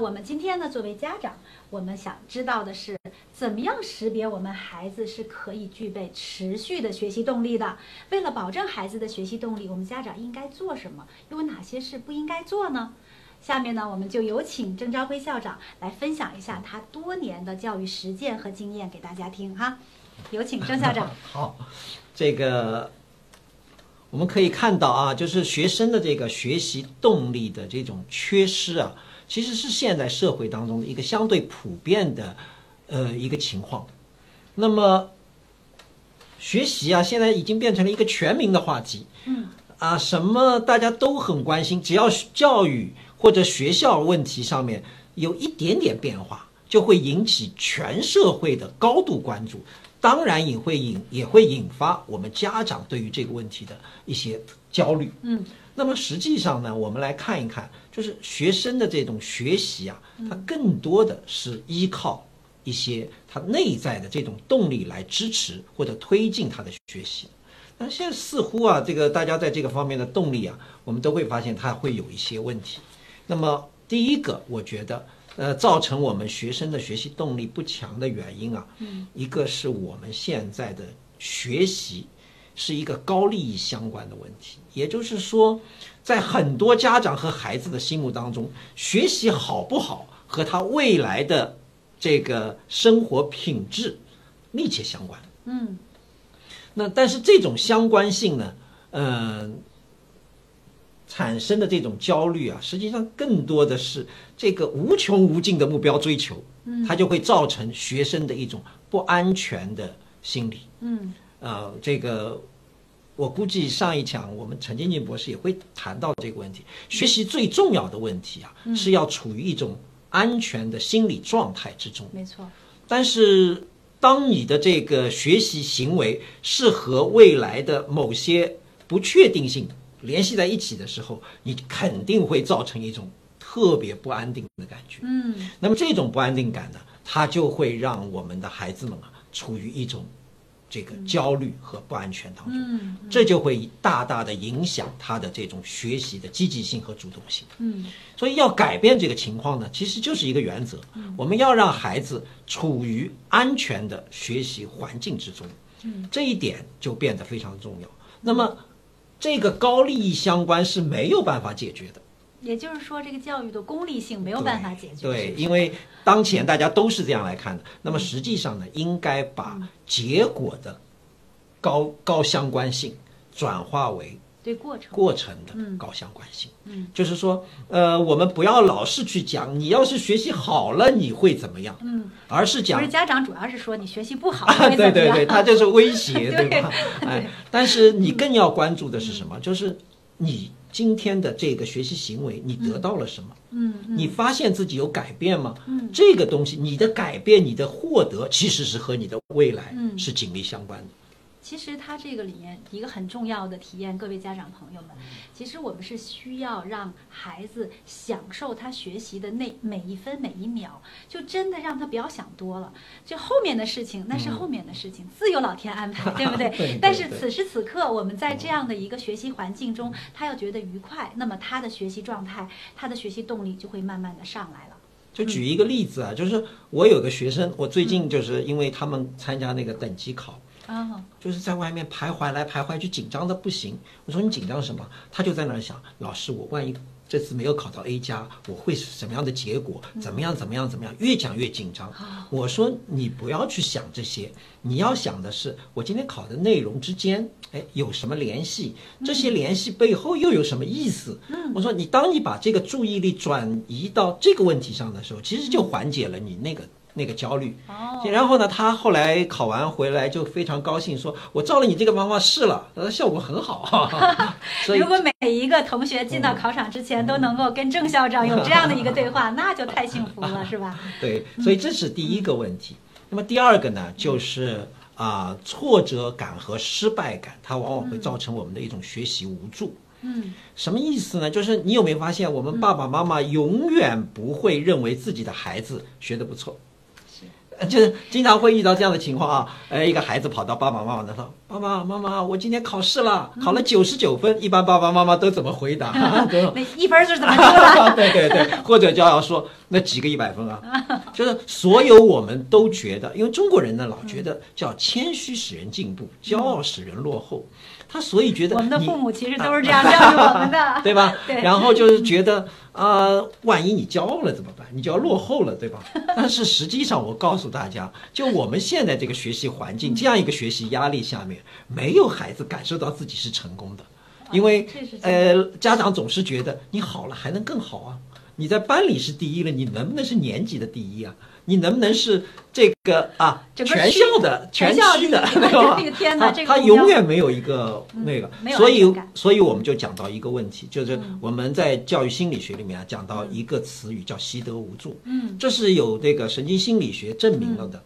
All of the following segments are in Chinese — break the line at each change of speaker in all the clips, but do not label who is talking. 我们今天呢，作为家长，我们想知道的是，怎么样识别我们孩子是可以具备持续的学习动力的？为了保证孩子的学习动力，我们家长应该做什么？又有哪些事不应该做呢？下面呢，我们就有请郑朝辉校长来分享一下他多年的教育实践和经验给大家听哈。有请郑校长。
好，这个我们可以看到啊，就是学生的这个学习动力的这种缺失啊，其实是现在社会当中的一个相对普遍的呃一个情况。那么，学习啊，现在已经变成了一个全民的话题。
嗯
啊，什么大家都很关心，只要教育或者学校问题上面有一点点变化，就会引起全社会的高度关注。当然也会引也会引发我们家长对于这个问题的一些焦虑。
嗯
那么实际上呢，我们来看一看，就是学生的这种学习啊，它更多的是依靠一些他内在的这种动力来支持或者推进他的学习。但现在似乎啊，这个大家在这个方面的动力啊，我们都会发现它会有一些问题。那么第一个，我觉得，呃，造成我们学生的学习动力不强的原因啊，
嗯
一个是我们现在的学习是一个高利益相关的问题，也就是说，在很多家长和孩子的心目当中，学习好不好和他未来的这个生活品质密切相关。
嗯
那但是这种相关性呢，呃，产生的这种焦虑啊，实际上更多的是这个无穷无尽的目标追求，它就会造成学生的一种不安全的心理。
嗯
呃，这个我估计上一讲我们陈静静博士也会谈到这个问题。学习最重要的问题啊，是要处于一种安全的心理状态之中。
没错。
但是，当你的这个学习行为是和未来的某些不确定性联系在一起的时候，你肯定会造成一种特别不安定的感觉。
嗯
那么这种不安定感呢，它就会让我们的孩子们啊处于一种这个焦虑和不安全当中，
嗯
这就会大大的影响他的这种学习的积极性和主动性。
嗯
所以要改变这个情况呢，其实就是一个原则，
嗯
我们要让孩子处于安全的学习环境之中，
嗯
这一点就变得非常重要。那么，这个高利益相关是没有办法解决的，
也就是说，这个教育的功利性没有办法解决。
对，
是嗯
对
不是
因为当前大家都是这样来看的。那么实际上呢，应该把
嗯
结果的高高相关性转化为
对过程，
过程的
嗯
高相关性。
嗯
就是说，呃，我们不要老是去讲，你要是学习好了，你会怎么样？
嗯，
而是
不
讲
是，家长主要是说你学习不好，
啊
会怎
对
么
对
样
对，它就是威胁，
对嗯
吧？哎，但是你更要关注的是什么？就是你今天的这个学习行为，你得到了什么？
嗯嗯
你发现自己有改变吗？
嗯
这个东西，你的改变，你的获得，其实是和你的未来
嗯
是紧密相关的。
其实它这个里面一个很重要的体验，各位家长朋友
嗯
们，其实我们是需要让孩子享受他学习的那每一分每一秒，就真的让他不要想多了，就后面的事情那是后面的事情，自有老天安 排，对不对？
嗯对对
但是
对
此时此刻，我们在这样的一个学习环境
嗯
中，他要觉得愉快，那么他的学习状态，他的学习动力就会慢慢的上来了。
就举一个例子啊，就是我有个学生，我最
嗯
近就是因为他们参加那个等级考，
啊、
就是在外面徘徊来徘徊去，紧张的不行。我说你紧张什么？他就在那儿想，老师，我万一这次没有考到 A 加，我会是什么样的结果？怎么样？怎么样？怎么样？越讲越紧张。我说你不要去想这些，你要想的是我今天考的内容之间，哎，有什么联系？这些联系背后又有什么意思？我说你当你把这个注意力转移到这个问题上的时候，其实就缓解了你那个那个焦虑。
哦，
然后呢，他后来考完回来就非常高兴，说：“我照了你这个方法试了，呃，效果很好。”所以嗯
如，果每一个同学进到考场之前都能够跟郑校长有 这样的一个对话， 那就太幸福了，是吧？
对，所以这是第一个问题。那么第二个呢，就是啊、挫折感和失败感，它往往会造成我们的一种学习无助。
嗯
什么意思呢？就是你有没有发现，我们爸爸妈妈永远不会认为自己的孩子学得不错，
是
哎呃就是经常会遇到这样的情况啊。呃，一个孩子跑到爸爸妈妈那说：“爸爸妈妈，我今天考试了，
嗯
考了九十九分。一般爸爸妈妈都怎么回 答？都
那一分儿是怎么说的？
对对对，或者就要说那几个一百分 啊，就是所有我们都觉得，因为中国人呢老觉得叫谦虚使人进步，骄傲使人落后，他所以觉
嗯
得
我们的
你
父母其实都是这样教育我们的。
对吧？
对
然后就是觉得啊、呃万一你骄傲了怎么办？你就要落后了， 对吧？但是实际上，我告诉大家，就我们现在这个学习环境，这样一个学习压力下面，没有孩子感受到自己是成功的，因为
这啊是真
呃，家长总是觉得你好了还能更好啊，你在班里是第一了，你能不能是年级的第一啊？你能不能是这个啊
整个
全
区
校的
全
区
校第一
的
我
对吧
这个天哪
他
这个
他
目标
永远没有一个那个
嗯没，有
所
安
以
全感嗯
所以我们就讲到一个问题，就是我们在教育心理学里面啊讲到一个词语叫习得无助，
嗯，
这是有这个神经心理学证明了的，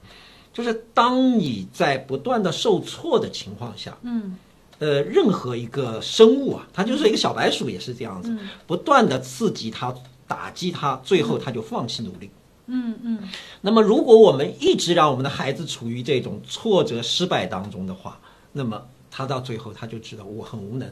就是当你在不断的受挫的情况下，
嗯
呃，任何一个生物啊，它就是一个小白鼠也是这样子，
嗯
不断的刺激它、打击它，最后它就放弃努力。
嗯嗯，
那么，如果我们一直让我们的孩子处于这种挫折、失败当中的话，那么他到最后他就知道我很无能，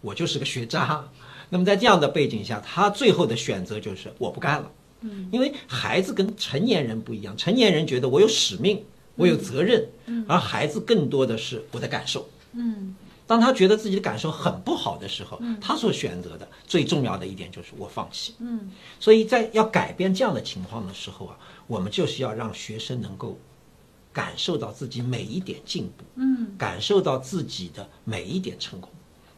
我就是个学渣。那么在这样的背景下，他最后的选择就是我不干了。嗯，因为孩子跟成年人不一样，成年人觉得我有使命，我有责任，而孩子更多的是我的感受。
嗯
当他觉得自己的感受很不好的时候，他所选择的最重要的一点就是我放弃。
嗯，
所以在要改变这样的情况的时候啊，我们就是要让学生能够感受到自己每一点进步，
嗯，
感受到自己的每一点成功，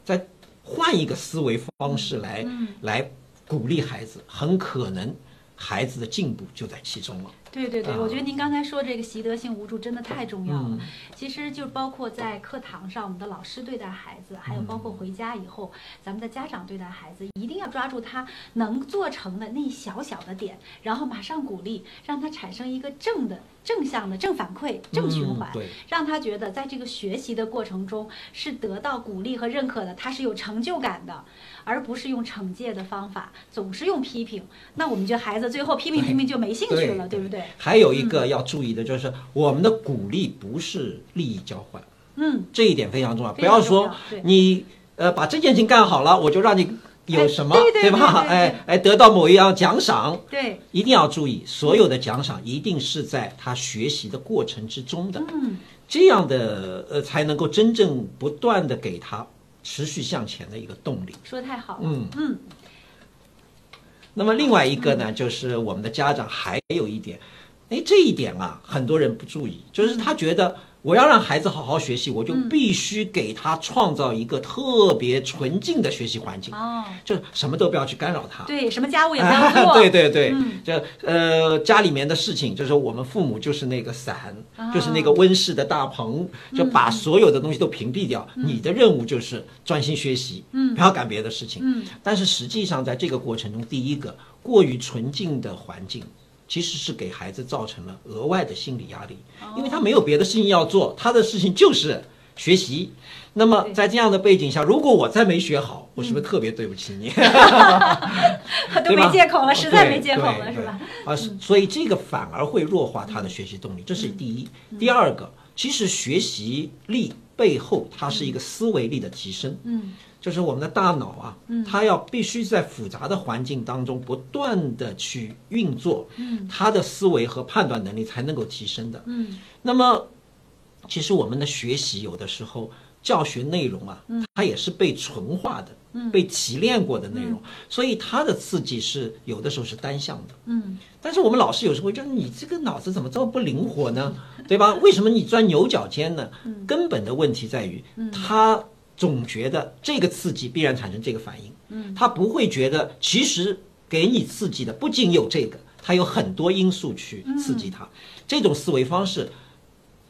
再换一个思维方式来、
嗯
来鼓励孩子，很可能孩子的进步就在其中了。
对对对，
啊
我觉得您刚才说这个习得性无助真的太重要了
嗯。
其实就包括在课堂上，我们的老师对待孩子，还有包
嗯
括回家以后，咱们的家长对待孩子，一定要抓住他能做成的那一小小的点，然后马上鼓励，让他产生一个正的、正向的正反馈、正循环
嗯、。对。
让他觉得在这个学习的过程中是得到鼓励和认可的，他是有成就感的，而不是用惩戒的方法，总是用批评。那我们觉得孩子最后批评
对
批评就没兴趣了，对不对？嗯
还有一个要注意的就是，我们的鼓励不是利益交换，
嗯，
这一点非常重要。
非
不
常
要
重要
说
对
你呃把这件事情干好了，我就让你有什么
哎对对对
吧
对？对
哎哎，得到某一样奖赏，
对，
一定要注意，所有的奖赏一定是在他学习的过程之中的，
嗯
这样的呃才能够真正不断的给他持续向前的一个动力。
说得太好了。
嗯
嗯
那么另外一个呢，就是我们的家长还有一点，哎，这一点啊，很多人不注意，就是他觉得我要让孩子好好学习，我就必须给他创造一个特别纯净的学习环境，
哦，
就是什么都不要去干扰他。
对，什么家 务也不要做。
啊对对对
嗯，
这呃家里面的事情，就是我们父母就是那个伞
啊，嗯
就是那个温室的大棚，就把所有的东西都屏蔽掉。你的任务就是专心学习，不要干别的事情。
嗯
但是实际上，在这个过程中，第一个过于纯净的环境，其实是给孩子造成了额外的心理压力，
哦
因为他没有别的事情要做，他的事情就是学习。那么
对
在这样的背景下，如果我再没学好，我是不是特别对不起 你？
都
对吧哦
没借口了，实在没
对
借口
对
了，是
对
吧？嗯
啊，所所以这个反而会弱化他的学习动力，这是第一。
嗯
第二个，其实学习力背后它是一个思维力的提升，
嗯，
就是我们的大脑啊，它要必须在复杂的环境当中不断的去运作，
嗯，
它的思维和判断能力才能够提升的。
嗯
那么，其实我们的学习有的时候教学内容啊，它也是被纯化的，被提炼过的内容，所以它的刺激是有的时候是单向的。
嗯，
但是我们老师有时候会觉得你这个脑子怎么这么不灵活呢？对吧？为什么你钻牛角尖呢？根本的问题在于，他总觉得这个刺激必然产生这个反应，他不会觉得其实给你刺激的不仅有这个，它有很多因素去刺激他。这种思维方式，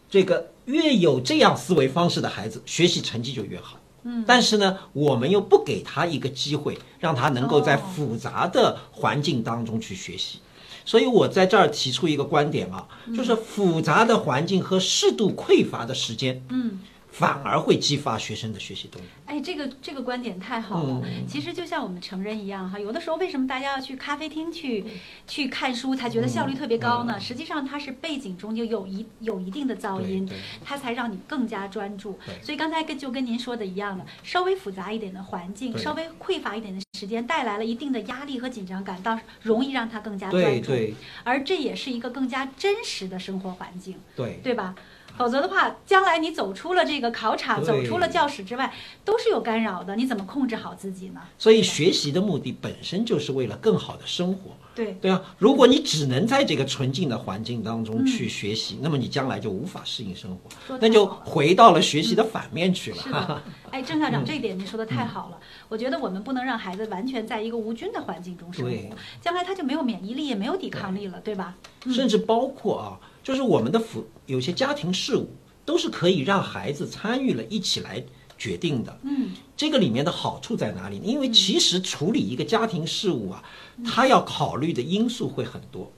这个越有这样思维方式的孩子，学习成绩就越好。嗯，但是呢，我们又不给他一个机会，让他能够在
哦
复杂的环境当中去学习。所以我在这儿提出一个观点啊，就是复杂的环境和适度匮乏的时间，
嗯，
反而会激发学生的学习动力。
哎，这个这个观点太好了。
嗯
其实就像我们成人一样哈，有的时候为什么大家要去咖啡厅去、去看书，才觉得效率特别高呢？
嗯
实际上它是背景中就有一有一定的噪
对
音
对，
它才让你更加专注。
对
所以刚才跟就跟您说的一样的，稍微复杂一点的环境，
对
稍微匮乏一点的时间，带来了一定的压力和紧张感，倒是容易让他更加专
对
注。
对
而这也是一个更加真实的生活环境。
对，
对吧？否则的话，将来你走出了这个考场，
对
走出了教室之外，都是有干扰的。你怎么控制好自己呢？
所以学习的目的本身就是为了更好的生活。
对，
对啊，如果你只能在这个纯净的环境当中
嗯
去学习，那么你将来就无法适应生活
说，
那
太
就
好了
回到了学习的反面去了。
是 的。哎，郑校
嗯
长，这一点您说的太好了。我觉得我们不能让孩子完全在一个无菌的环境中生
对
活，将来他就没有免疫力，也没有抵抗力了，对吧？
甚至包括啊，就是我们的辅有些家庭事务都是可以让孩子参与了一起来决定的。
嗯，
这个里面的好处在哪里呢？因为其实处理一个家庭事务啊，他要考虑的因素会很多。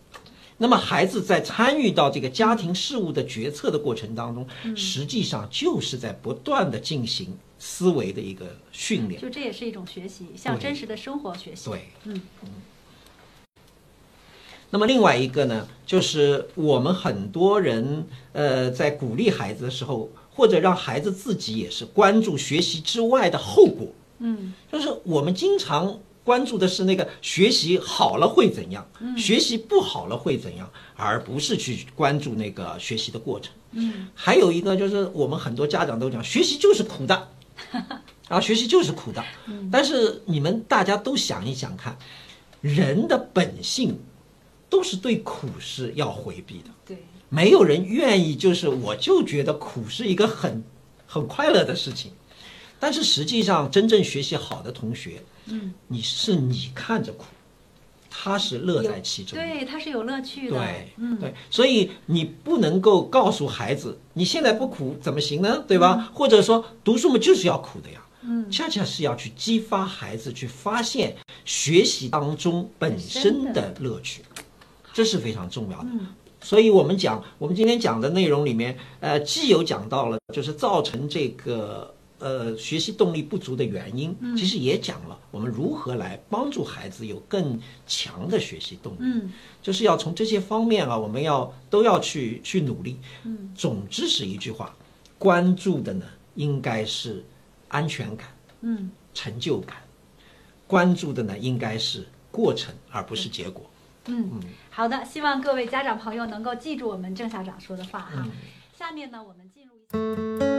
那么孩子在参与到这个家庭事务的决策的过程当中，实际上就是在不断的进行思维的一个训练。
就这也是一种学习，向
对
真实的生活学习。
对，
嗯，
那么另外一个呢，就是我们很多人呃在鼓励孩子的时候，或者让孩子自己也是关注学习之外的后果。
嗯，
就是我们经常关注的是那个学习好了会怎样，
嗯
学习不好了会怎样，而不是去关注那个学习的过程。
嗯，
还有一个就是我们很多家长都讲，学习就是苦 的，啊，学习就是苦的。
嗯
但是你们大家都想一想看，人的本性都是对苦是要回避的。
对，
没有人愿意，就是我就觉得苦是一个很很快乐的事情，但是实际上真正学习好的同学，
嗯，
你是你看着苦，他是乐在其中。
对，它是有乐趣的。
对，
嗯，
对，所以你不能够告诉孩子，你现在不苦怎么行呢？对吧？或者说读书嘛就是要苦的呀。
嗯，
恰恰是要去激发孩子去发现学习当中本身的乐趣，这是非常重要的。
嗯
所以我们讲，我们今天讲的内容里面，呃，既有讲到了就是造成这个呃学习动力不足的原因，
嗯
其实也讲了我们如何来帮助孩子有更强的学习动力。
嗯，
就是要从这些方面啊，我们要都要去去努力。嗯，总之是一句话，关注的呢应该是安全感、
嗯，
成就感，关注的呢应该是过程而不是结果。
嗯，好的，希望各位家长朋友能够记住我们郑校长说的话哈。下面呢，我们进入一。